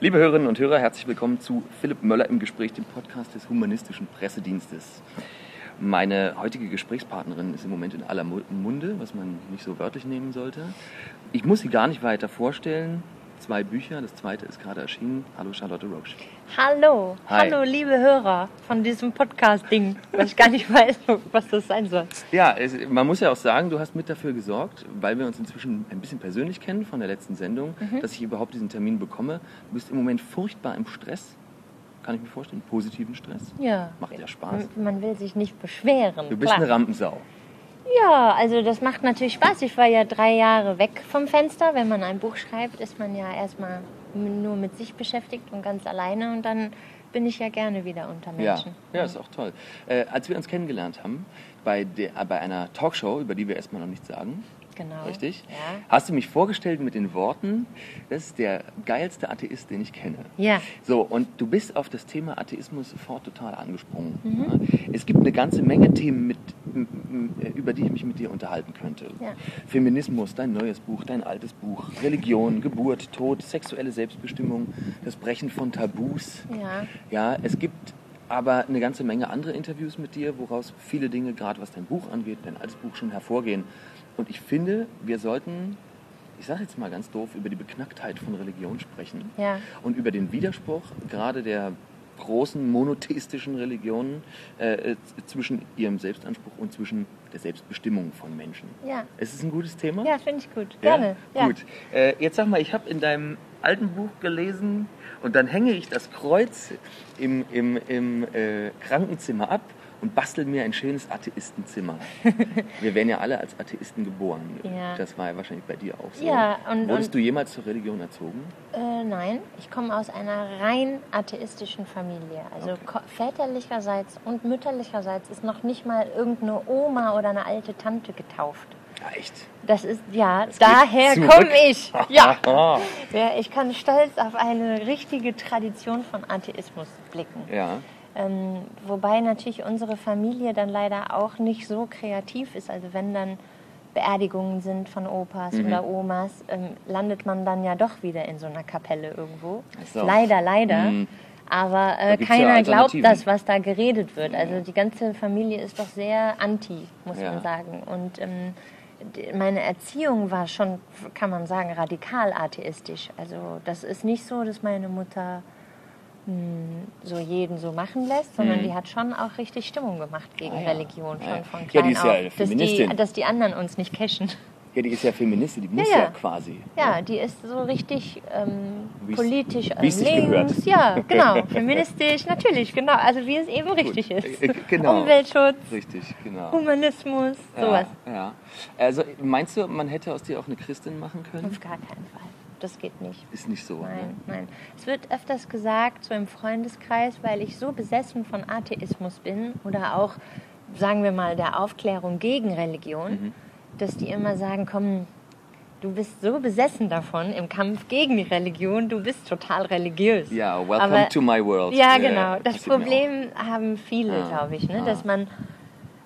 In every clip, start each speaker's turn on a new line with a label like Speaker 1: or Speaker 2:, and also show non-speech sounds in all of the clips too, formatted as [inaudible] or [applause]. Speaker 1: Liebe Hörerinnen und Hörer, herzlich willkommen zu Philipp Möller im Gespräch, dem Podcast des Humanistischen Pressedienstes. Meine heutige Gesprächspartnerin ist im Moment in aller Mu- Munde, was man nicht so wörtlich nehmen sollte. Ich muss sie gar nicht weiter vorstellen. Zwei Bücher, das zweite ist gerade erschienen. Hallo Charlotte Roche.
Speaker 2: Hallo,
Speaker 1: Hi.
Speaker 2: hallo liebe Hörer von diesem Podcast-Ding, weil ich gar nicht [laughs] weiß, was das sein soll.
Speaker 1: Ja, es, man muss ja auch sagen, du hast mit dafür gesorgt, weil wir uns inzwischen ein bisschen persönlich kennen von der letzten Sendung,
Speaker 2: Mhm.
Speaker 1: dass ich überhaupt diesen Termin bekomme. Du bist im Moment furchtbar im Stress, kann ich mir vorstellen, positiven Stress.
Speaker 2: Ja.
Speaker 1: Macht ja Spaß.
Speaker 2: Man- Man will sich nicht beschweren.
Speaker 1: Du bist
Speaker 2: klar.
Speaker 1: eine Rampensau.
Speaker 2: Ja, also das macht natürlich Spaß. Ich war ja drei Jahre weg vom Fenster. Wenn man ein Buch schreibt, ist man ja erstmal m- nur mit sich beschäftigt und ganz alleine und dann bin ich ja gerne wieder unter
Speaker 1: Ja,
Speaker 2: Menschen.
Speaker 1: ja, ist auch toll. Äh, als wir uns kennengelernt haben, bei, der, äh, bei einer Talkshow, über die wir erstmal noch nichts sagen,
Speaker 2: Genau.
Speaker 1: richtig?
Speaker 2: Ja.
Speaker 1: Hast du mich vorgestellt mit den Worten, das ist der geilste Atheist, den ich kenne.
Speaker 2: Ja.
Speaker 1: So, und du bist auf das Thema Atheismus sofort total angesprungen.
Speaker 2: Mhm.
Speaker 1: Ja. Es gibt eine ganze Menge Themen, mit, m- m- äh, über die ich mich mit dir unterhalten könnte.
Speaker 2: Ja.
Speaker 1: Feminismus, dein neues Buch, dein altes Buch, Religion, Geburt, Tod, sexuelle Selbstbestimmung, das Brechen von Tabus.
Speaker 2: Ja.
Speaker 1: Ja, es gibt aber eine ganze Menge andere Interviews mit dir, woraus viele Dinge, gerade was dein Buch angeht, dein altes Buch schon hervorgehen. Und ich finde, wir sollten, ich sage jetzt mal ganz doof, über die Beknacktheit von Religion sprechen
Speaker 2: Ja.
Speaker 1: und über den Widerspruch gerade der großen monotheistischen Religionen äh, äh, zwischen ihrem Selbstanspruch und zwischen der Selbstbestimmung von Menschen.
Speaker 2: Ja.
Speaker 1: Ist es ein gutes Thema?
Speaker 2: Ja, finde ich gut. Gerne. Ja.
Speaker 1: Gut. Äh, jetzt sag mal, ich habe in deinem alten Buch gelesen und dann hänge ich das Kreuz im, im, im äh, Krankenzimmer ab und bastel mir ein schönes
Speaker 2: [laughs]
Speaker 1: Atheistenzimmer. Wir werden ja alle als Atheisten geboren.
Speaker 2: Ja.
Speaker 1: Das war ja wahrscheinlich bei dir auch so.
Speaker 2: Ja, und-
Speaker 1: Wurdest
Speaker 2: und-
Speaker 1: du jemals zur Religion erzogen?
Speaker 2: Äh, nein, ich komme aus einer rein atheistischen Familie. Also
Speaker 1: Okay.
Speaker 2: ko- väterlicherseits und mütterlicherseits ist noch nicht mal irgendeine Oma oder eine alte Tante getauft.
Speaker 1: Ja, echt?
Speaker 2: Das ist, ja,
Speaker 1: geht
Speaker 2: daher
Speaker 1: zurück.
Speaker 2: komme
Speaker 1: [laughs]
Speaker 2: ich. Ja.
Speaker 1: Ah,
Speaker 2: ja, ich kann stolz auf eine richtige Tradition von Atheismus blicken.
Speaker 1: ja.
Speaker 2: Ähm, wobei natürlich unsere Familie dann leider auch nicht so kreativ ist. Also wenn dann Beerdigungen sind von Opas
Speaker 1: Mhm.
Speaker 2: oder Omas, ähm, landet man dann ja doch wieder in so einer Kapelle irgendwo.
Speaker 1: Ach so.
Speaker 2: Leider, leider.
Speaker 1: Mhm.
Speaker 2: Aber
Speaker 1: Da
Speaker 2: äh,
Speaker 1: gibt's ja
Speaker 2: keiner glaubt
Speaker 1: Alternativen.
Speaker 2: das, was da geredet wird. Also die ganze Familie ist doch sehr anti, muss
Speaker 1: Ja.
Speaker 2: man sagen. Und ähm, d- meine Erziehung war schon, kann man sagen, radikal atheistisch. Also das ist nicht so, dass meine Mutter so jeden so machen lässt, sondern die hat schon auch richtig Stimmung gemacht gegen
Speaker 1: Mhm. Ah ja.
Speaker 2: Religion
Speaker 1: Ah ja.
Speaker 2: schon von
Speaker 1: Ja,
Speaker 2: klein
Speaker 1: die ist ja
Speaker 2: auf,
Speaker 1: eine
Speaker 2: dass, die,
Speaker 1: Feministin.
Speaker 2: dass die anderen uns nicht cashen.
Speaker 1: Ja, die ist ja Feministin, die muss ja,
Speaker 2: Ja, ja.
Speaker 1: quasi.
Speaker 2: Ja, die ist so richtig ähm,
Speaker 1: Wie's-
Speaker 2: politisch äh,
Speaker 1: wie's sich gehört. [laughs]
Speaker 2: links. Ja, genau, feministisch, natürlich, genau. Also wie es eben richtig ist.
Speaker 1: äh, genau.
Speaker 2: Umweltschutz,
Speaker 1: Richtig, genau.
Speaker 2: Humanismus, sowas.
Speaker 1: Ja, ja. Also meinst du, man hätte aus dir auch eine Christin machen können?
Speaker 2: Auf gar keinen Fall. Das geht nicht.
Speaker 1: Ist nicht so. Ne?
Speaker 2: Nein, nein. Es wird öfters gesagt, so im Freundeskreis, weil ich so besessen von Atheismus bin oder auch, sagen wir mal, der Aufklärung gegen Religion,
Speaker 1: Mhm.
Speaker 2: dass die immer sagen, komm, du bist so besessen davon im Kampf gegen die Religion, du bist total religiös.
Speaker 1: Ja, welcome
Speaker 2: Aber-
Speaker 1: to my world.
Speaker 2: Ja, genau. Das
Speaker 1: passiert mir
Speaker 2: Problem haben viele,
Speaker 1: Ah,
Speaker 2: glaube ich, ne?
Speaker 1: ah.
Speaker 2: dass man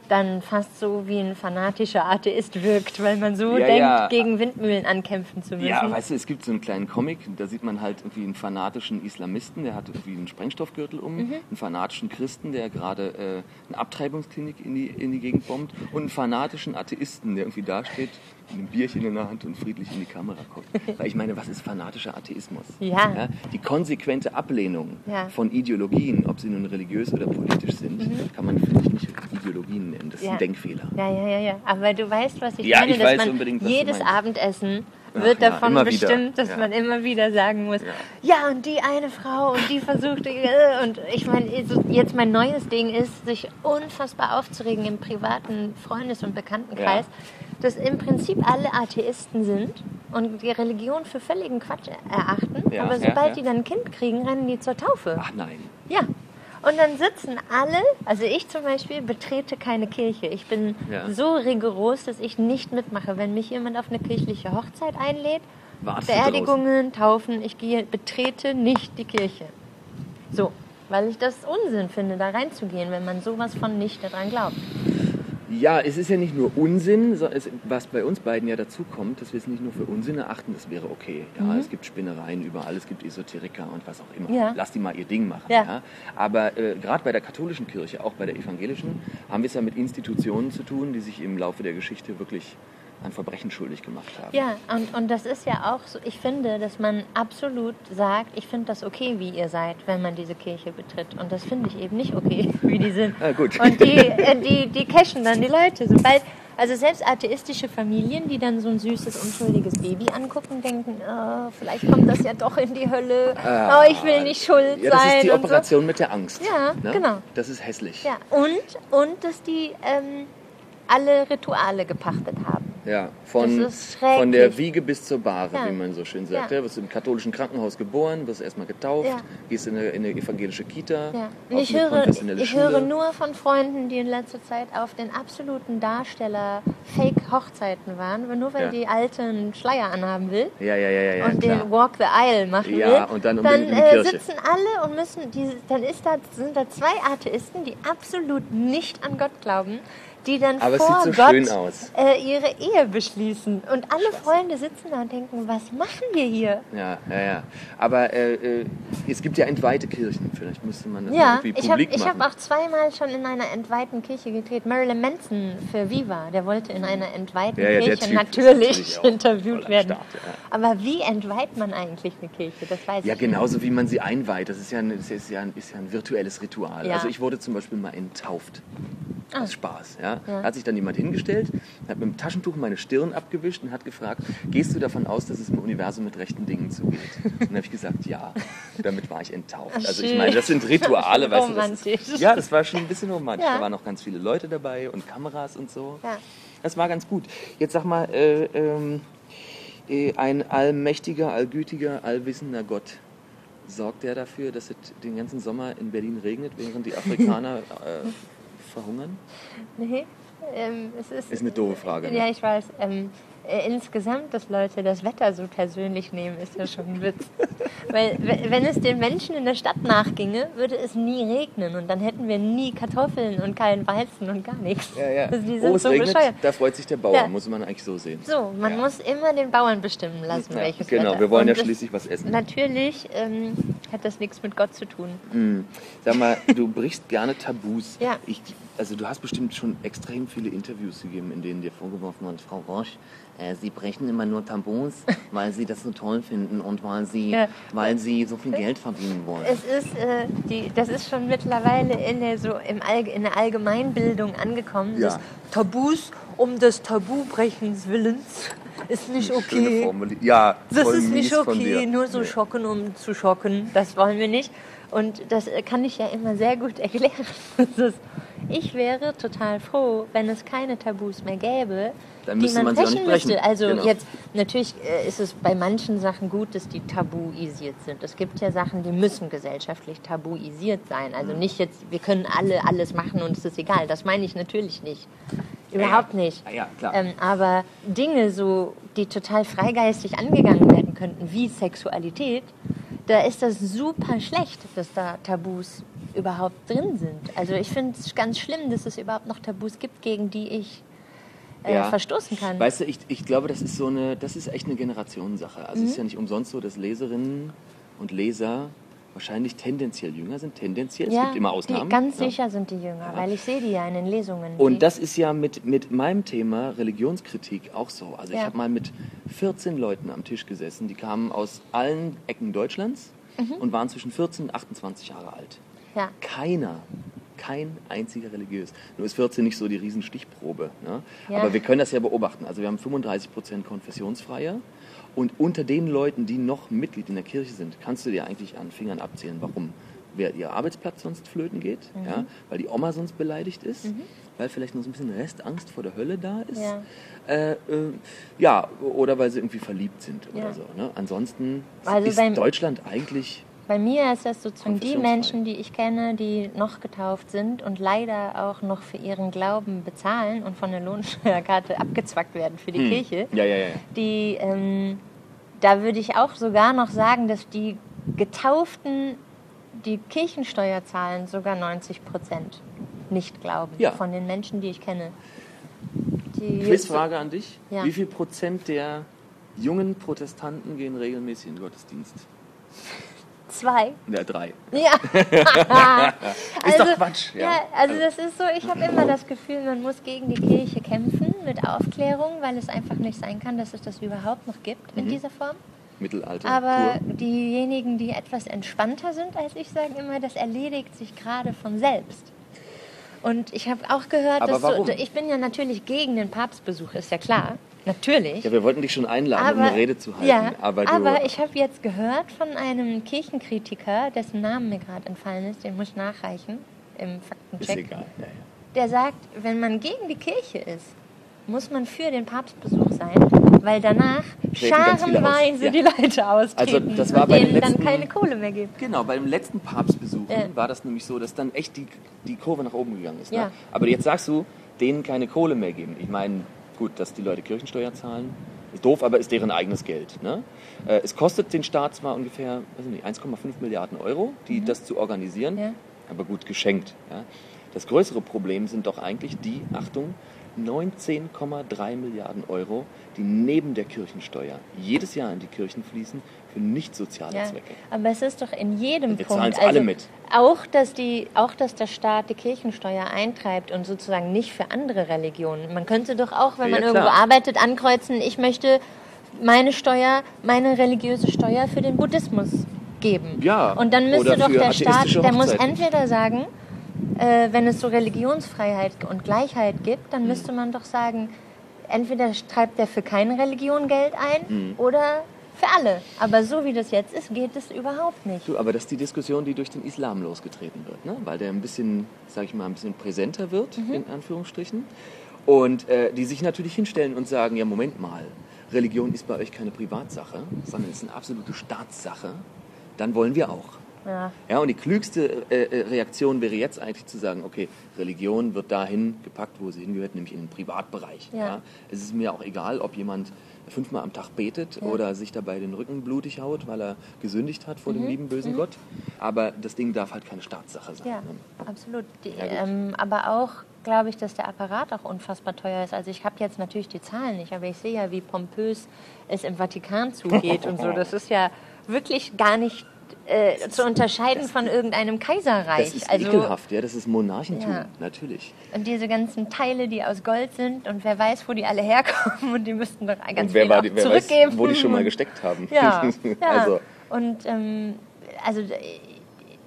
Speaker 2: dann fast so wie ein fanatischer Atheist wirkt, weil man
Speaker 1: Ja,
Speaker 2: so denkt,
Speaker 1: ja.
Speaker 2: gegen Windmühlen ankämpfen zu
Speaker 1: auch.
Speaker 2: müssen.
Speaker 1: Ja, weißt du, es gibt so einen kleinen Comic, da sieht man halt irgendwie einen fanatischen Islamisten, der hat irgendwie einen Sprengstoffgürtel um,
Speaker 2: Mhm.
Speaker 1: einen fanatischen Christen, der gerade äh, eine Abtreibungsklinik in die, in die Gegend bombt und einen fanatischen Atheisten, der irgendwie dasteht, mit einem Bierchen in der Hand und friedlich in die Kamera
Speaker 2: [laughs]
Speaker 1: guckt. Weil ich meine, was ist fanatischer Atheismus?
Speaker 2: Ja.
Speaker 1: die konsequente Ablehnung
Speaker 2: Ja.
Speaker 1: von Ideologien, ob sie nun religiös oder politisch sind, kann man vielleicht nicht Ideologien nennen. Das ist
Speaker 2: Mhm. Ja.
Speaker 1: ein Denkfehler.
Speaker 2: Ja, ja, ja, ja. Aber du weißt, was ich
Speaker 1: Ja,
Speaker 2: meine,
Speaker 1: ich
Speaker 2: dass
Speaker 1: weiß
Speaker 2: man
Speaker 1: unbedingt, was du
Speaker 2: jedes
Speaker 1: meinst.
Speaker 2: Abendessen wird
Speaker 1: Ach ja,
Speaker 2: davon
Speaker 1: immer wieder.
Speaker 2: bestimmt, dass
Speaker 1: Ja.
Speaker 2: man immer wieder sagen muss,
Speaker 1: Ja.
Speaker 2: ja. und die eine Frau und die versuchte äh, und ich meine, jetzt mein neues Ding ist, sich unfassbar aufzuregen im privaten Freundes- und Bekanntenkreis, dass im Prinzip alle Atheisten sind und die Religion für völligen Quatsch erachten,
Speaker 1: Ja,
Speaker 2: aber
Speaker 1: ja,
Speaker 2: sobald
Speaker 1: ja.
Speaker 2: die dann ein Kind kriegen, rennen die zur Taufe.
Speaker 1: Ach nein.
Speaker 2: Ja. Und dann sitzen alle, also ich zum Beispiel betrete keine Kirche. Ich bin
Speaker 1: Ja.
Speaker 2: so rigoros, dass ich nicht mitmache. Wenn mich jemand auf eine kirchliche Hochzeit einlädt,
Speaker 1: Wartest du
Speaker 2: Beerdigungen, Taufen, ich gehe, betrete nicht die Kirche. So, weil ich das Unsinn finde, da reinzugehen, wenn man sowas von nicht daran glaubt.
Speaker 1: Ja, es ist ja nicht nur Unsinn, so- es- was bei uns beiden ja dazu kommt, dass wir es nicht nur für Unsinn erachten, das wäre okay. Ja, es gibt Spinnereien überall, es gibt Esoteriker und was auch immer.
Speaker 2: Mhm. Ja.
Speaker 1: Lass die mal ihr Ding machen.
Speaker 2: Ja.
Speaker 1: Ja. Aber äh, gerade bei der katholischen Kirche, auch bei der evangelischen, haben wir es ja mit Institutionen zu tun, die sich im Laufe der Geschichte wirklich an Verbrechen schuldig gemacht haben.
Speaker 2: Ja, und, und das ist ja auch so, ich finde, dass man absolut sagt, ich finde das okay, wie ihr seid, wenn man diese Kirche betritt. Und das finde ich eben nicht okay, [laughs] wie die sind.
Speaker 1: Ah, gut.
Speaker 2: Und die, äh, die, die cashen dann die Leute. Sobald, also selbst atheistische Familien, die dann so ein süßes, unschuldiges Baby angucken, denken, äh, vielleicht kommt das ja doch in die Hölle.
Speaker 1: Ah,
Speaker 2: oh, ich will nicht schuld
Speaker 1: ja, das
Speaker 2: sein.
Speaker 1: ist die
Speaker 2: und so.
Speaker 1: Operation mit der Angst. ne?
Speaker 2: Ja, genau.
Speaker 1: Das ist hässlich.
Speaker 2: Ja, und, und dass die ähm, alle Rituale gepachtet haben.
Speaker 1: Ja, von,
Speaker 2: Das ist schrecklich.
Speaker 1: von der Wiege bis zur Bahre,
Speaker 2: Ja.
Speaker 1: wie man so schön sagt.
Speaker 2: Ja.
Speaker 1: Ja. wirst im katholischen Krankenhaus geboren, wirst erstmal getauft,
Speaker 2: Ja.
Speaker 1: gehst in eine, in eine evangelische Kita,
Speaker 2: Ja.
Speaker 1: auf
Speaker 2: Und ich
Speaker 1: eine
Speaker 2: höre,
Speaker 1: konfessionelle
Speaker 2: ich
Speaker 1: Schule.
Speaker 2: höre nur von Freunden, die in letzter Zeit auf den absoluten Darsteller Fake-Hochzeiten waren, aber nur weil
Speaker 1: Ja.
Speaker 2: die Alte einen Schleier anhaben will.
Speaker 1: Ja, ja, ja, ja, ja
Speaker 2: und
Speaker 1: klar.
Speaker 2: den Walk the Aisle machen will.
Speaker 1: Ja, und dann um die- um die
Speaker 2: äh,
Speaker 1: Kirche.
Speaker 2: sitzen alle und müssen, die, dann ist da, sind da zwei Atheisten, die absolut nicht an Gott glauben, die dann
Speaker 1: Aber es
Speaker 2: vor
Speaker 1: sieht so
Speaker 2: Gott
Speaker 1: schön aus.
Speaker 2: Äh, ihre Ehe beschließen. Und alle Freunde sitzen da und denken, was machen wir hier?
Speaker 1: Ja, ja, ja. Aber äh, äh, es gibt ja entweihte Kirchen. Vielleicht müsste man das mal
Speaker 2: Ja,
Speaker 1: irgendwie
Speaker 2: ich habe
Speaker 1: publik
Speaker 2: ich hab
Speaker 1: machen.
Speaker 2: auch zweimal schon in einer entweihten Kirche getreten. Marilyn Manson für Viva, der wollte in einer entweihten
Speaker 1: Ja, ja, der
Speaker 2: Kirche
Speaker 1: Typ ist
Speaker 2: natürlich
Speaker 1: natürlich auch voll
Speaker 2: [laughs] interviewt
Speaker 1: am
Speaker 2: werden.
Speaker 1: Start, ja.
Speaker 2: Aber wie entweiht man eigentlich eine Kirche? Das weiß
Speaker 1: ja, genau.
Speaker 2: ich nicht.
Speaker 1: genauso wie man sie einweiht. Das ist ja ein, das ist ja ein, ist ja ein virtuelles Ritual.
Speaker 2: Ja. Ah.
Speaker 1: Also ich wurde zum Beispiel mal enttauft. Aus Spaß. Ja?
Speaker 2: Ja.
Speaker 1: Hat sich dann jemand hingestellt, hat mit dem Taschentuch meine Stirn abgewischt und hat gefragt, gehst du davon aus, dass es im Universum mit rechten Dingen
Speaker 2: [laughs]
Speaker 1: zugeht? Und dann habe ich gesagt, ja. Und damit war ich enttauft.
Speaker 2: Ach,
Speaker 1: also ich
Speaker 2: schön.
Speaker 1: meine, das sind Rituale. weißt du, das
Speaker 2: Romantisch.
Speaker 1: ist, ja, das war schon ein bisschen romantisch.
Speaker 2: Ja.
Speaker 1: Da waren auch ganz viele Leute dabei und Kameras und so.
Speaker 2: Ja.
Speaker 1: Das war ganz gut. Jetzt sag mal, äh, ähm, äh, ein allmächtiger, allgütiger, allwissender Gott. Sorgt der dafür, dass es den ganzen Sommer in Berlin regnet, während die
Speaker 2: [laughs]
Speaker 1: Afrikaner äh, verhungern?
Speaker 2: Nee, ähm, es ist,
Speaker 1: Ist eine doofe Frage, ne?
Speaker 2: Ja, ich weiß. Ähm, äh, insgesamt, dass Leute das Wetter so persönlich nehmen, ist ja schon
Speaker 1: [laughs]
Speaker 2: ein Witz. Weil w- wenn es den Menschen in der Stadt nachginge, würde es nie regnen und dann hätten wir nie Kartoffeln und keinen Weizen und gar nichts. Also die sind
Speaker 1: oh, es
Speaker 2: so
Speaker 1: regnet,
Speaker 2: bescheuert.
Speaker 1: da freut sich der Bauer,
Speaker 2: Ja.
Speaker 1: muss man eigentlich so sehen.
Speaker 2: So, man
Speaker 1: Ja.
Speaker 2: muss immer den Bauern bestimmen lassen,
Speaker 1: Ja,
Speaker 2: welches
Speaker 1: genau,
Speaker 2: Wetter.
Speaker 1: wir wollen
Speaker 2: Und
Speaker 1: ja
Speaker 2: das-
Speaker 1: schließlich was essen.
Speaker 2: Natürlich ähm, hat das nichts mit Gott zu tun.
Speaker 1: Mhm. Sag mal, du brichst gerne Tabus.
Speaker 2: Ja.
Speaker 1: Ich, also du hast bestimmt schon extrem viele Interviews gegeben, in denen dir vorgeworfen wird, Frau Roche, äh, Sie brechen immer nur
Speaker 2: [laughs]
Speaker 1: Tabus, weil Sie das so toll finden und weil Sie,
Speaker 2: Ja.
Speaker 1: weil Sie so viel Geld verdienen wollen.
Speaker 2: Es ist, äh, die, das ist schon mittlerweile in der, so im Allg in der Allgemeinbildung angekommen.
Speaker 1: Ja.
Speaker 2: Das Tabus um des Tabubrechens willens ist nicht
Speaker 1: Schöne
Speaker 2: okay.
Speaker 1: Formulierung. Ja,
Speaker 2: Das
Speaker 1: voll
Speaker 2: ist
Speaker 1: mies
Speaker 2: nicht
Speaker 1: von
Speaker 2: okay,
Speaker 1: dir.
Speaker 2: nur so
Speaker 1: Nee.
Speaker 2: schocken um zu schocken. Das wollen wir nicht. Und das äh, kann ich ja immer sehr gut [laughs] erklären. Das ist, ich wäre total froh, wenn es keine Tabus mehr gäbe,
Speaker 1: Dann
Speaker 2: die
Speaker 1: müsste
Speaker 2: man,
Speaker 1: man sie auch
Speaker 2: brechen
Speaker 1: nicht brechen.
Speaker 2: müsste. Also
Speaker 1: Genau.
Speaker 2: jetzt Natürlich äh, ist es bei manchen Sachen gut, dass die tabuisiert sind. Es gibt ja Sachen, die müssen gesellschaftlich tabuisiert sein. Also
Speaker 1: Mhm.
Speaker 2: nicht jetzt, wir können alle alles machen und es ist egal. Das meine ich natürlich nicht. Überhaupt
Speaker 1: Ja, ja.
Speaker 2: nicht.
Speaker 1: Ja, ja, klar.
Speaker 2: Ähm, aber Dinge so, die total freigeistig angegangen werden könnten, wie Sexualität, da ist das super schlecht, dass da Tabus überhaupt drin sind. Also ich finde es ganz schlimm, dass es überhaupt noch Tabus gibt, gegen die ich äh,
Speaker 1: Ja.
Speaker 2: verstoßen kann.
Speaker 1: Weißt du, ich, ich glaube, das ist so eine, das ist echt eine Generationssache. Also
Speaker 2: Mhm.
Speaker 1: es ist ja nicht umsonst so, dass Leserinnen und Leser wahrscheinlich tendenziell jünger sind, tendenziell. es gibt immer Ausnahmen. ne?
Speaker 2: Die, ganz
Speaker 1: ja.
Speaker 2: sicher sind die jünger, weil ich sehe die ja in den Lesungen. die,
Speaker 1: Und das ist ja mit, mit meinem Thema Religionskritik auch so. Also ich
Speaker 2: Ja.
Speaker 1: habe mal mit 14 Leuten am Tisch gesessen, die kamen aus allen Ecken Deutschlands und waren zwischen 14 und 28 Jahre alt.
Speaker 2: ja.
Speaker 1: Keiner, kein einziger religiös. Nur ist 14 nicht so die Riesenstichprobe. Ne?
Speaker 2: Ja.
Speaker 1: Aber wir können das ja beobachten. Also wir haben 35 Prozent Konfessionsfreie. Und unter den Leuten, die noch Mitglied in der Kirche sind, kannst du dir eigentlich an Fingern abzählen, warum. Wer ihr Arbeitsplatz sonst flöten geht,
Speaker 2: Mhm.
Speaker 1: ja, weil die Oma sonst beleidigt ist, weil vielleicht noch so ein bisschen Restangst vor der Hölle da ist.
Speaker 2: Ja.
Speaker 1: Äh, äh, ja, oder weil sie irgendwie verliebt sind
Speaker 2: Ja.
Speaker 1: oder so. Ne? Ansonsten
Speaker 2: Also beim-
Speaker 1: ist Deutschland eigentlich
Speaker 2: Bei mir ist das sozusagen die
Speaker 1: Konfessionsfrei.
Speaker 2: Menschen, die ich kenne, die noch getauft sind und leider auch noch für ihren Glauben bezahlen und von der Lohnsteuerkarte abgezwackt werden für die
Speaker 1: Hm.
Speaker 2: Kirche.
Speaker 1: Ja, ja, ja. ja.
Speaker 2: Die, ähm, da würde ich auch sogar noch sagen, dass die Getauften die Kirchensteuer zahlen sogar 90 Prozent nicht glauben
Speaker 1: Ja.
Speaker 2: von den Menschen, die ich kenne. die
Speaker 1: Quizfrage an dich.
Speaker 2: Ja.
Speaker 1: Wie viel Prozent der jungen Protestanten gehen regelmäßig in den Gottesdienst?
Speaker 2: zwei.
Speaker 1: Ja, drei.
Speaker 2: Ja.
Speaker 1: Ist
Speaker 2: also,
Speaker 1: doch Quatsch. Ja.
Speaker 2: Ja, also das ist so, ich habe immer das Gefühl, man muss gegen die Kirche kämpfen mit Aufklärung, weil es einfach nicht sein kann, dass es das überhaupt noch gibt in
Speaker 1: Mhm.
Speaker 2: dieser Form.
Speaker 1: Mittelalter.
Speaker 2: Aber
Speaker 1: pur.
Speaker 2: diejenigen, die etwas entspannter sind als ich, sagen immer, das erledigt sich gerade von selbst. Und ich habe auch gehört,
Speaker 1: Aber
Speaker 2: dass so,
Speaker 1: warum?
Speaker 2: ich bin ja natürlich gegen den Papstbesuch, ist ja klar. Natürlich.
Speaker 1: Ja, wir wollten dich schon einladen, um eine Rede zu halten.
Speaker 2: Ja,
Speaker 1: aber du,
Speaker 2: ich habe jetzt gehört von einem Kirchenkritiker, dessen Namen mir gerade entfallen ist, den muss ich nachreichen im
Speaker 1: ist
Speaker 2: Faktencheck.
Speaker 1: egal. Ja, ja.
Speaker 2: Der sagt, wenn man gegen die Kirche ist, muss man für den Papstbesuch sein, weil danach
Speaker 1: ganz viele aus.
Speaker 2: scharenweise
Speaker 1: Ja.
Speaker 2: die Leute austreten
Speaker 1: Also, das war
Speaker 2: und
Speaker 1: bei den
Speaker 2: denen
Speaker 1: letzten-
Speaker 2: dann keine Kohle mehr geben.
Speaker 1: Genau, bei dem letzten Papstbesuch
Speaker 2: Ja.
Speaker 1: war das nämlich so, dass dann echt die, die Kurve nach oben gegangen ist. Ne?
Speaker 2: Ja.
Speaker 1: Aber jetzt sagst du, denen keine Kohle mehr geben. Ich meine, gut, dass die Leute Kirchensteuer zahlen, ist doof, aber ist deren eigenes Geld. Ne? Äh, es kostet den Staat zwar ungefähr weiß ich nicht, 1,5 Milliarden Euro, die das zu organisieren,
Speaker 2: Mhm. Ja.
Speaker 1: aber gut geschenkt. Ja? Das größere Problem sind doch eigentlich die, Achtung, 19,3 Milliarden Euro, die neben der Kirchensteuer jedes Jahr in die Kirchen fließen für nicht soziale
Speaker 2: Ja,
Speaker 1: Zwecke.
Speaker 2: aber es ist doch in jedem
Speaker 1: Wir
Speaker 2: Punkt. also
Speaker 1: zahlen's alle mit.
Speaker 2: Auch dass, die, auch, dass der Staat die Kirchensteuer eintreibt und sozusagen nicht für andere Religionen. Man könnte doch auch, wenn
Speaker 1: Ja,
Speaker 2: man
Speaker 1: ja,
Speaker 2: irgendwo
Speaker 1: klar.
Speaker 2: arbeitet, ankreuzen, ich möchte meine Steuer, meine religiöse Steuer für den Buddhismus geben.
Speaker 1: Ja,
Speaker 2: Und dann müsste
Speaker 1: oder
Speaker 2: doch
Speaker 1: für
Speaker 2: der Staat,
Speaker 1: atheistische
Speaker 2: der muss
Speaker 1: Hochzeiten.
Speaker 2: entweder sagen, äh, wenn es so Religionsfreiheit und Gleichheit gibt,
Speaker 1: Mhm.
Speaker 2: dann müsste man doch sagen, entweder treibt er für keine Religion Geld
Speaker 1: Mhm.
Speaker 2: ein oder für alle. Aber so wie das jetzt ist, geht es überhaupt nicht.
Speaker 1: Du, aber das ist die Diskussion, die durch den Islam losgetreten wird, ne? weil der ein bisschen, sag ich mal, ein bisschen präsenter wird, in Anführungsstrichen. Und äh, die sich natürlich hinstellen und sagen, ja, Moment mal, Religion ist bei euch keine Privatsache, sondern ist eine absolute Staatssache, dann wollen wir auch.
Speaker 2: Ja.
Speaker 1: Ja, und die klügste äh, äh, Reaktion wäre jetzt eigentlich zu sagen, okay, Religion wird dahin gepackt, wo sie hingehört, nämlich in den Privatbereich. Ja.
Speaker 2: Ja.
Speaker 1: Es ist mir auch egal, ob jemand fünfmal am Tag betet oder sich dabei den Rücken blutig haut, weil er gesündigt hat vor
Speaker 2: Mhm.
Speaker 1: dem lieben bösen Gott. Aber das Ding darf halt keine Staatssache sein.
Speaker 2: Ja,
Speaker 1: ne?
Speaker 2: absolut. Die,
Speaker 1: Ja, gut.
Speaker 2: ähm, aber auch glaube ich, dass der Apparat auch unfassbar teuer ist. Also ich habe jetzt natürlich die Zahlen nicht, aber ich sehe ja, wie pompös es im Vatikan zugeht
Speaker 1: [laughs]
Speaker 2: und so. Das ist ja wirklich gar nicht äh, zu unterscheiden von irgendeinem Kaiserreich.
Speaker 1: Das ist
Speaker 2: also
Speaker 1: ekelhaft, ja, das ist Monarchentum,
Speaker 2: Ja.
Speaker 1: natürlich.
Speaker 2: und diese ganzen Teile, die aus Gold sind und wer weiß, wo die alle herkommen und die müssten doch ganz
Speaker 1: und wer,
Speaker 2: viel
Speaker 1: war
Speaker 2: auch
Speaker 1: die, wer weiß,
Speaker 2: zurückgeben.
Speaker 1: wo die schon mal gesteckt haben. [laughs]
Speaker 2: [laughs] Ja, ja.
Speaker 1: Also,
Speaker 2: Und ähm, also d-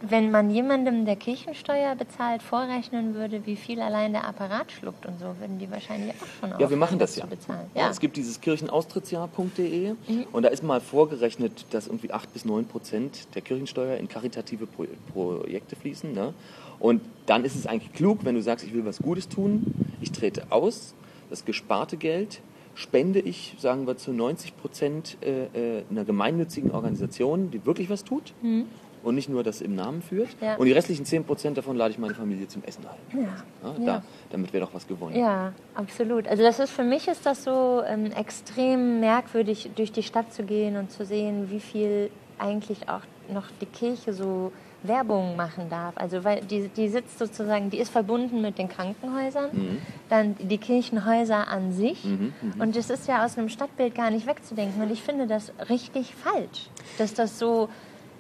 Speaker 2: wenn man jemandem der Kirchensteuer bezahlt, vorrechnen würde, wie viel allein der Apparat schluckt und so, würden die wahrscheinlich auch schon
Speaker 1: Ja, wir
Speaker 2: aufhören,
Speaker 1: machen das ja.
Speaker 2: zu bezahlen.
Speaker 1: Ja.
Speaker 2: Ja. Mhm.
Speaker 1: Es gibt dieses kirchenaustrittsjahr.de E und da ist mal vorgerechnet, dass irgendwie 8 bis 9 Prozent der Kirchensteuer in karitative Pro Projekte fließen. Ne? Und dann ist es eigentlich klug, wenn du sagst, ich will was Gutes tun, ich trete aus, das gesparte Geld spende ich, sagen wir, zu 90 Prozent äh, äh, einer gemeinnützigen Organisation, die wirklich was tut und nicht nur das im Namen führt.
Speaker 2: Mhm. Ja.
Speaker 1: Und die restlichen 10 Prozent davon lade ich meine Familie zum Essen ein. Ja, da,
Speaker 2: Ja.
Speaker 1: Damit wäre doch was gewonnen.
Speaker 2: Ja, absolut. Also das ist für mich ist das so ähm, extrem merkwürdig, durch die Stadt zu gehen und zu sehen, wie viel eigentlich auch noch die Kirche so Werbung machen darf. Also weil die, die sitzt sozusagen, die ist verbunden mit den Krankenhäusern,
Speaker 1: Mhm.
Speaker 2: dann die Kirchenhäuser an sich. Und das ist ja aus einem Stadtbild gar nicht wegzudenken. Und ich finde das richtig falsch, dass das so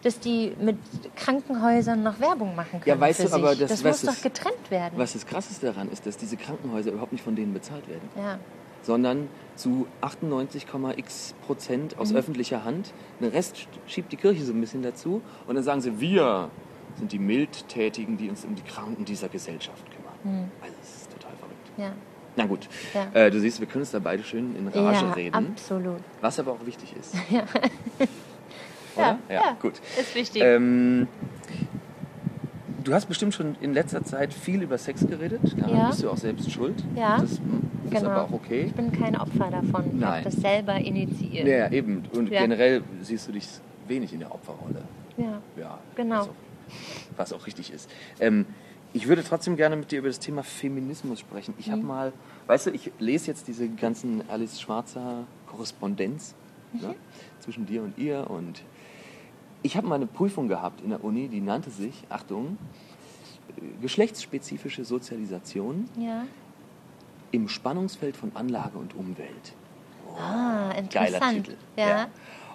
Speaker 2: dass die mit Krankenhäusern noch Werbung machen können.
Speaker 1: weißt
Speaker 2: für
Speaker 1: du, aber
Speaker 2: sich.
Speaker 1: das-
Speaker 2: das
Speaker 1: was
Speaker 2: muss
Speaker 1: ist-
Speaker 2: doch getrennt werden.
Speaker 1: Was das Krasseste daran ist, dass diese Krankenhäuser überhaupt nicht von denen bezahlt werden,
Speaker 2: Ja.
Speaker 1: sondern zu 98,x Prozent
Speaker 2: Mhm.
Speaker 1: aus öffentlicher Hand. Den Rest sch- schiebt die Kirche so ein bisschen dazu und dann sagen sie, wir sind die Mildtätigen, die uns um die Kranken dieser Gesellschaft kümmern. Also das ist total verrückt.
Speaker 2: Ja.
Speaker 1: Na gut,
Speaker 2: Mhm. Ja.
Speaker 1: äh, du siehst, wir können uns da beide schön in Rage
Speaker 2: ja,
Speaker 1: reden,
Speaker 2: Absolut.
Speaker 1: was aber auch wichtig ist.
Speaker 2: [laughs] Ja,
Speaker 1: Oder?
Speaker 2: ja.
Speaker 1: gut.
Speaker 2: Ist wichtig.
Speaker 1: Ähm, du hast bestimmt schon in letzter Zeit viel über Sex geredet. Daran
Speaker 2: Ja.
Speaker 1: bist du auch selbst schuld.
Speaker 2: Ja.
Speaker 1: Das, ist
Speaker 2: Genau.
Speaker 1: aber auch okay.
Speaker 2: Ich bin kein Opfer davon. Ich
Speaker 1: Nein.
Speaker 2: habe das selber initiiert.
Speaker 1: Ja, eben. Und
Speaker 2: Ja.
Speaker 1: generell siehst du dich wenig in der Opferrolle.
Speaker 2: Ja.
Speaker 1: Ja.
Speaker 2: Genau.
Speaker 1: Was auch, was auch richtig ist. Ähm, ich würde trotzdem gerne mit dir über das Thema Feminismus sprechen. Ich habe mal, weißt du, ich lese jetzt diese ganzen Alice Schwarzer Korrespondenz ne, zwischen dir und ihr und ich habe mal eine Prüfung gehabt in der Uni, die nannte sich, Achtung, äh, geschlechtsspezifische Sozialisation
Speaker 2: Ja.
Speaker 1: Im Spannungsfeld von Anlage und Umwelt.
Speaker 2: Ah, interessant.
Speaker 1: Oh, Geiler Titel.
Speaker 2: Ja.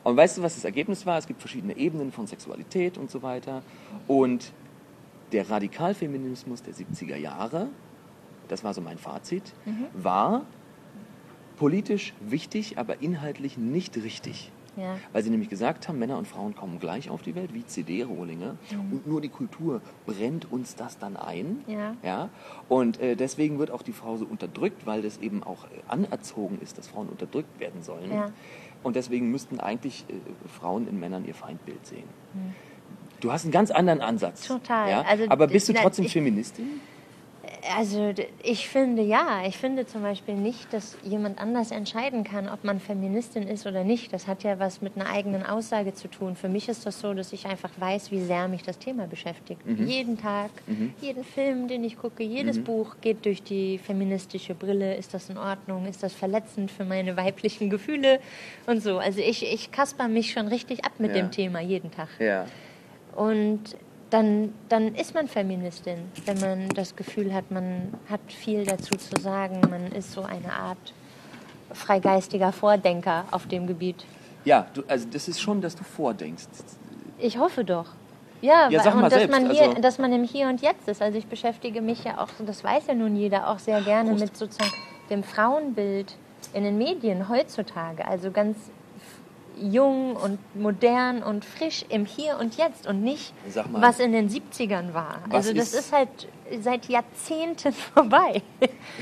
Speaker 1: Und weißt du, was das Ergebnis war? Es gibt verschiedene Ebenen von Sexualität und so weiter. Und der Radikalfeminismus der 70er Jahre, das war so mein Fazit,
Speaker 2: Mhm.
Speaker 1: war politisch wichtig, aber inhaltlich nicht richtig.
Speaker 2: Ja.
Speaker 1: Weil sie nämlich gesagt haben, Männer und Frauen kommen gleich auf die Welt, wie CD-Rohlinge.
Speaker 2: Mhm.
Speaker 1: Und nur die Kultur brennt uns das dann ein.
Speaker 2: Ja.
Speaker 1: Ja? Und äh, deswegen wird auch die Frau so unterdrückt, weil das eben auch äh, anerzogen ist, dass Frauen unterdrückt werden sollen.
Speaker 2: Ja.
Speaker 1: Und deswegen müssten eigentlich äh, Frauen in Männern ihr Feindbild sehen. Du hast einen ganz anderen Ansatz.
Speaker 2: Hm. Total.
Speaker 1: Ja?
Speaker 2: Also,
Speaker 1: Aber bist du
Speaker 2: na,
Speaker 1: trotzdem
Speaker 2: ich-
Speaker 1: Feministin?
Speaker 2: Also d- ich finde ja, ich finde zum Beispiel nicht, dass jemand anders entscheiden kann, ob man Feministin ist oder nicht. Das hat ja was mit einer eigenen Aussage zu tun. Für mich ist das so, dass ich einfach weiß, wie sehr mich das Thema beschäftigt. Jeden Tag, jeden Film, den ich gucke, jedes Buch geht durch die feministische Brille. Ist das in Ordnung? Ist das verletzend für meine [laughs] weiblichen Gefühle? Und so. Also ich, ich kasper mich schon richtig ab mit
Speaker 1: Ja.
Speaker 2: dem Thema jeden Tag.
Speaker 1: Ja.
Speaker 2: Und dann, dann ist man Feministin, wenn man das Gefühl hat, man hat viel dazu zu sagen. Man ist so eine Art freigeistiger Vordenker auf dem Gebiet.
Speaker 1: Ja, du, also das ist schon, dass du vordenkst.
Speaker 2: Ich hoffe doch. Ja,
Speaker 1: Ja,
Speaker 2: weil-
Speaker 1: sag mal
Speaker 2: und dass,
Speaker 1: selbst,
Speaker 2: man hier,
Speaker 1: also-
Speaker 2: dass man im Hier und Jetzt ist. Also ich beschäftige mich ja auch, das weiß ja nun jeder, auch sehr gerne
Speaker 1: Prost.
Speaker 2: mit sozusagen dem Frauenbild in den Medien heutzutage. Also ganz f- jung und modern und frisch im Hier und Jetzt und nicht,
Speaker 1: Sag mal.
Speaker 2: was in den 70ern war.
Speaker 1: Was
Speaker 2: Also das
Speaker 1: ist-
Speaker 2: ist halt seit Jahrzehnten [laughs] vorbei.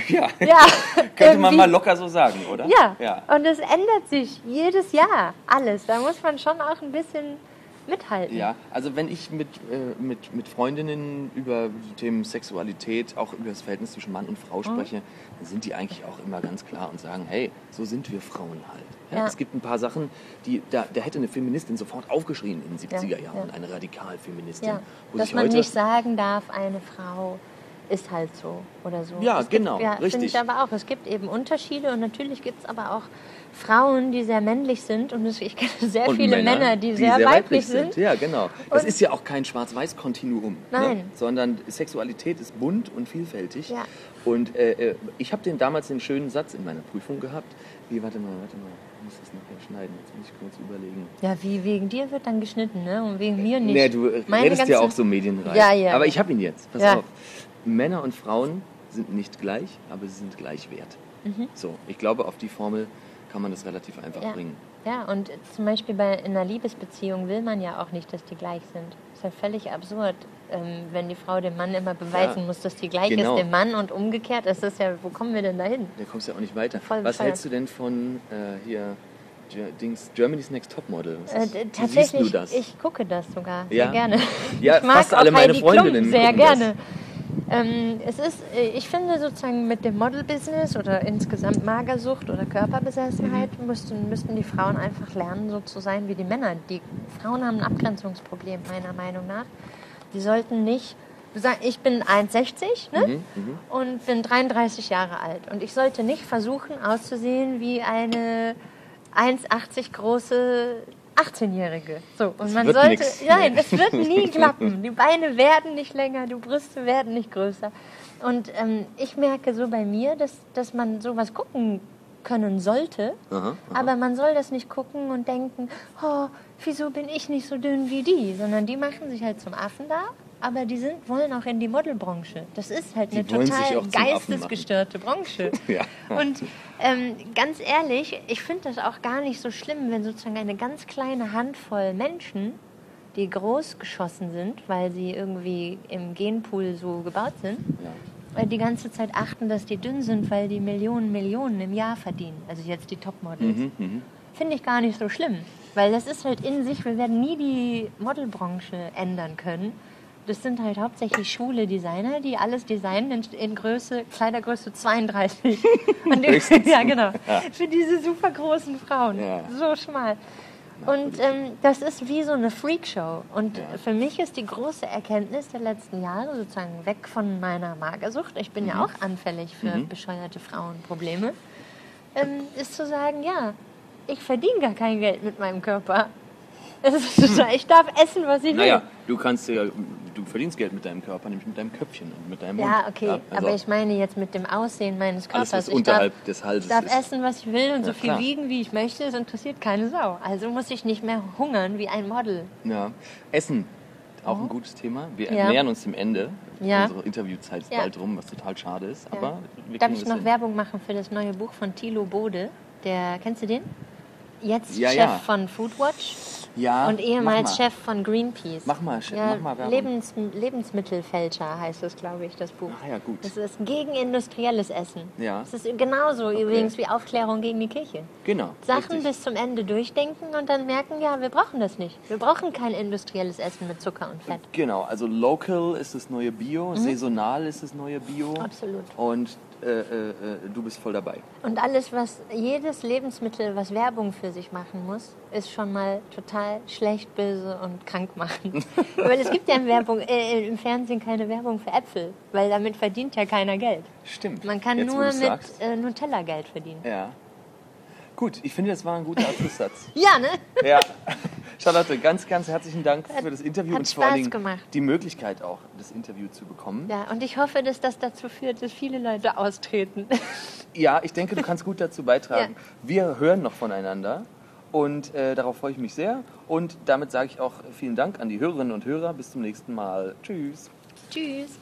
Speaker 1: Ja,
Speaker 2: ja,
Speaker 1: [laughs] könnte man
Speaker 2: irgendwie-
Speaker 1: mal locker so sagen, oder?
Speaker 2: ja.
Speaker 1: ja.
Speaker 2: und es ändert sich jedes Jahr alles. Da muss man schon auch ein bisschen mithalten.
Speaker 1: Ja, also wenn ich mit, äh, mit, mit Freundinnen über Themen Sexualität, auch über das Verhältnis zwischen Mann und
Speaker 2: Mhm.
Speaker 1: Frau spreche, dann sind die eigentlich auch immer ganz klar und sagen, hey, so sind wir Frauen halt. Ja,
Speaker 2: Ja.
Speaker 1: Es gibt ein paar Sachen, die da, da hätte eine Feministin sofort aufgeschrien in den 70er Jahren,
Speaker 2: ja.
Speaker 1: eine Radikalfeministin.
Speaker 2: Ja,
Speaker 1: wo
Speaker 2: dass
Speaker 1: sich
Speaker 2: man
Speaker 1: heute-
Speaker 2: nicht sagen darf, eine Frau ist halt so oder so.
Speaker 1: Ja,
Speaker 2: es gibt,
Speaker 1: genau,
Speaker 2: Ja, finde
Speaker 1: richtig.
Speaker 2: ich aber auch. Es gibt eben Unterschiede und natürlich gibt es aber auch Frauen, die sehr männlich sind und es- ich kenne sehr
Speaker 1: Und
Speaker 2: viele Männer, die, sehr, weiblich sind.
Speaker 1: Ja, genau. Das
Speaker 2: Und-
Speaker 1: ist ja auch kein Schwarz-Weiß-Kontinuum, ne?
Speaker 2: Nein.
Speaker 1: sondern Sexualität ist bunt und vielfältig.
Speaker 2: Ja.
Speaker 1: Und äh, äh, ich habe den damals den schönen Satz in meiner Prüfung gehabt. Wie, warte mal, warte mal, ich muss das nachher schneiden, jetzt muss ich kurz überlegen.
Speaker 2: Ja, wie wegen dir wird dann geschnitten, ne? Und wegen mir nicht.
Speaker 1: Nee, du äh,
Speaker 2: Meine
Speaker 1: redest ja
Speaker 2: ganze-
Speaker 1: auch so medienreich.
Speaker 2: Ja, ja.
Speaker 1: Aber ich habe ihn jetzt, pass
Speaker 2: Ja.
Speaker 1: auf. Männer und Frauen sind nicht gleich, aber sie sind gleich wert. So, ich glaube, auf die Formel kann man das relativ einfach
Speaker 2: Mhm. ja.
Speaker 1: bringen.
Speaker 2: Ja, und zum Beispiel bei, in einer Liebesbeziehung will man ja auch nicht, dass die gleich sind. Ist ja völlig absurd, ähm, wenn die Frau dem Mann immer beweisen
Speaker 1: Ja,
Speaker 2: muss, dass die gleich
Speaker 1: genau.
Speaker 2: ist, dem Mann und umgekehrt. Das ist ja, wo kommen wir denn da hin?
Speaker 1: Da kommst du ja auch nicht weiter.
Speaker 2: Voll
Speaker 1: Was
Speaker 2: bescheuert.
Speaker 1: hältst du denn von äh, hier Ge- Dings, Germany's Next Topmodel? Was
Speaker 2: Äh,
Speaker 1: ist- wie
Speaker 2: d-
Speaker 1: siehst du
Speaker 2: tatsächlich,
Speaker 1: das?
Speaker 2: ich gucke das sogar
Speaker 1: Ja.
Speaker 2: sehr gerne.
Speaker 1: Ja,
Speaker 2: ich mag
Speaker 1: fast
Speaker 2: auch
Speaker 1: alle meine
Speaker 2: Heidi
Speaker 1: Freundinnen
Speaker 2: Klum sehr
Speaker 1: gucken das.
Speaker 2: gerne. Ähm, es ist, äh, ich finde sozusagen mit dem Model-Business oder insgesamt Magersucht oder Körperbesessenheit
Speaker 1: Mhm.
Speaker 2: müssten, müssten die Frauen einfach lernen, so zu sein wie die Männer. Die Frauen haben ein Abgrenzungsproblem, meiner Meinung nach. Die sollten nicht sagen, ich bin 1,60 ne?
Speaker 1: Mhm,
Speaker 2: und bin 33 Jahre alt. Und ich sollte nicht versuchen, auszusehen wie eine 1,80 große 18-Jährige. So, und man
Speaker 1: wird
Speaker 2: sollte.
Speaker 1: nix.
Speaker 2: Nein, [laughs] es
Speaker 1: [laughs]
Speaker 2: wird nie klappen. Die Beine werden nicht länger, die Brüste werden nicht größer. Und ähm, ich merke so bei mir, dass, dass man sowas gucken können sollte,
Speaker 1: Aha,
Speaker 2: aber man soll das nicht gucken und denken, oh, wieso bin ich nicht so dünn wie die, sondern die machen sich halt zum Affen da, aber die sind, wollen auch in die Modelbranche. Das ist halt
Speaker 1: Die
Speaker 2: eine
Speaker 1: wollen sich
Speaker 2: total
Speaker 1: auch zum Affen
Speaker 2: geistesgestörte Branche.
Speaker 1: Ja.
Speaker 2: Und ähm, ganz ehrlich, ich finde das auch gar nicht so schlimm, wenn sozusagen eine ganz kleine Handvoll Menschen, die groß geschossen sind, weil sie irgendwie im Genpool so gebaut sind,
Speaker 1: Ja.
Speaker 2: weil äh, die ganze Zeit achten, dass die dünn sind, weil die Millionen, Millionen im Jahr verdienen. Also jetzt die Topmodels.
Speaker 1: Mhm,
Speaker 2: Finde ich gar nicht so schlimm, weil das ist halt in sich, wir werden nie die Modelbranche ändern können. Das sind halt hauptsächlich schwule Designer, die alles designen in, in Größe, Kleidergröße 32.
Speaker 1: [laughs]
Speaker 2: Und die,
Speaker 1: Höchstens.
Speaker 2: [laughs] ja, genau. Für diese super großen Frauen.
Speaker 1: Ja.
Speaker 2: So schmal. Und ähm, das ist wie so eine Freakshow. Und
Speaker 1: Ja.
Speaker 2: für mich ist die große Erkenntnis der letzten Jahre sozusagen weg von meiner Magersucht. Ich
Speaker 1: Mhm.
Speaker 2: bin ja auch anfällig für bescheuerte Frauenprobleme. Ähm, ist zu sagen, ja, ich verdiene gar kein
Speaker 1: Hm.
Speaker 2: Geld mit meinem Körper. Es ist total, ich darf essen, was ich will.
Speaker 1: Naja, du kannst ja du verdienst Geld mit deinem Körper, nämlich mit deinem Köpfchen und mit deinem Mund.
Speaker 2: Ja, okay,
Speaker 1: also
Speaker 2: aber ich meine jetzt mit dem Aussehen meines
Speaker 1: alles,
Speaker 2: Körpers.
Speaker 1: was
Speaker 2: ich
Speaker 1: unterhalb
Speaker 2: darf,
Speaker 1: des Halses
Speaker 2: ich darf
Speaker 1: ist.
Speaker 2: essen, was ich will und so viel
Speaker 1: klar.
Speaker 2: wiegen, wie ich möchte. Es interessiert keine Sau. Also muss ich nicht mehr hungern wie ein Model.
Speaker 1: Ja. Essen, auch ein gutes Thema. Wir
Speaker 2: Oh. Ja.
Speaker 1: nähern uns dem Ende.
Speaker 2: Ja.
Speaker 1: Unsere Interviewzeit ist
Speaker 2: Ja.
Speaker 1: bald rum, was total schade ist.
Speaker 2: Ja.
Speaker 1: Aber wir
Speaker 2: Darf
Speaker 1: kriegen
Speaker 2: ich
Speaker 1: das
Speaker 2: noch
Speaker 1: hin.
Speaker 2: Werbung machen für das neue Buch von Thilo Bode? Der, kennst du den? Jetzt
Speaker 1: Ja,
Speaker 2: Chef
Speaker 1: ja.
Speaker 2: von Foodwatch
Speaker 1: Ja,
Speaker 2: und ehemals
Speaker 1: mach mal.
Speaker 2: Chef von Greenpeace.
Speaker 1: Mach mal, Chef, mach mal Werbung.
Speaker 2: Lebens, Lebensmittelfälscher heißt es, glaube ich, das Buch.
Speaker 1: Ach ja, gut.
Speaker 2: Das ist gegen industrielles Essen.
Speaker 1: Ja.
Speaker 2: Das ist genauso übrigens wie Aufklärung gegen die Kirche.
Speaker 1: Genau.
Speaker 2: Sachen
Speaker 1: richtig.
Speaker 2: bis zum Ende durchdenken und dann merken, ja, wir brauchen das nicht. Wir brauchen kein industrielles Essen mit Zucker und Fett.
Speaker 1: Genau, also local ist das neue Bio, saisonal ist das neue Bio.
Speaker 2: Mhm. Absolut.
Speaker 1: Und äh, äh, äh, du bist voll dabei.
Speaker 2: Und alles, was jedes Lebensmittel, was Werbung für sich machen muss, ist schon mal total schlecht, böse und krank
Speaker 1: [laughs]
Speaker 2: machen. weil es gibt ja in Werbung, äh, im Fernsehen keine Werbung für Äpfel, weil damit verdient ja keiner Geld.
Speaker 1: Stimmt.
Speaker 2: Man kann
Speaker 1: Jetzt, wo
Speaker 2: nur
Speaker 1: du's
Speaker 2: mit
Speaker 1: sagst.
Speaker 2: äh, Nutella Geld verdienen.
Speaker 1: Ja. Gut, ich finde, das war ein guter Abschlusssatz. [laughs]
Speaker 2: Ja, ne?
Speaker 1: ja. Charlotte, ganz, ganz herzlichen Dank für das Interview
Speaker 2: hat
Speaker 1: und vor allen
Speaker 2: Spaß
Speaker 1: Dingen
Speaker 2: gemacht.
Speaker 1: die Möglichkeit auch, das Interview zu bekommen.
Speaker 2: Ja, und ich hoffe, dass das dazu führt, dass viele Leute austreten.
Speaker 1: Ja, ich denke, du kannst gut dazu beitragen. Wir hören noch voneinander und äh, darauf freue ich mich sehr. Und damit sage ich auch vielen Dank an die Hörerinnen und Hörer. Bis zum nächsten Mal. Tschüss.
Speaker 2: Tschüss.